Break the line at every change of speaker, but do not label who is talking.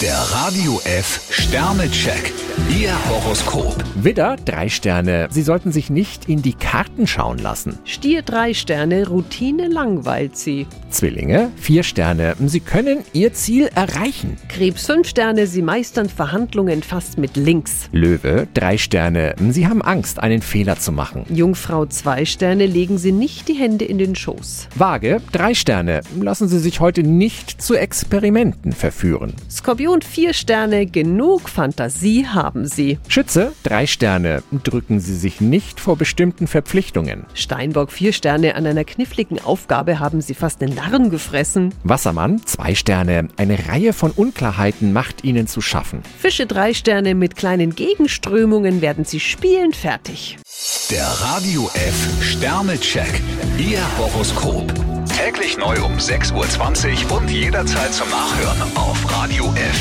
Der Radio F Sternecheck. Ihr Horoskop.
Widder, drei Sterne. Sie sollten sich nicht in die Karten schauen lassen.
Stier drei Sterne, Routine langweilt sie.
Zwillinge, vier Sterne. Sie können ihr Ziel erreichen.
Krebs fünf Sterne, sie meistern Verhandlungen fast mit links.
Löwe, drei Sterne. Sie haben Angst, einen Fehler zu machen.
Jungfrau zwei Sterne, legen sie nicht die Hände in den Schoß.
Waage, drei Sterne. Lassen Sie sich heute nicht zu Experimenten verführen.
Skorpion vier Sterne, genug Fantasie haben sie.
Schütze, drei Sterne. Drücken Sie sich nicht vor bestimmten Verpflichtungen.
Steinbock vier Sterne, an einer kniffligen Aufgabe haben sie fast den Narren gefressen.
Wassermann, zwei Sterne. Eine Reihe von Unklarheiten macht Ihnen zu schaffen.
Fische drei Sterne, mit kleinen Gegenströmungen werden sie spielend fertig.
Der Radio F Sternecheck. Ihr Horoskop. Täglich neu um 6.20 Uhr und jederzeit zum Nachhören auf Radio E.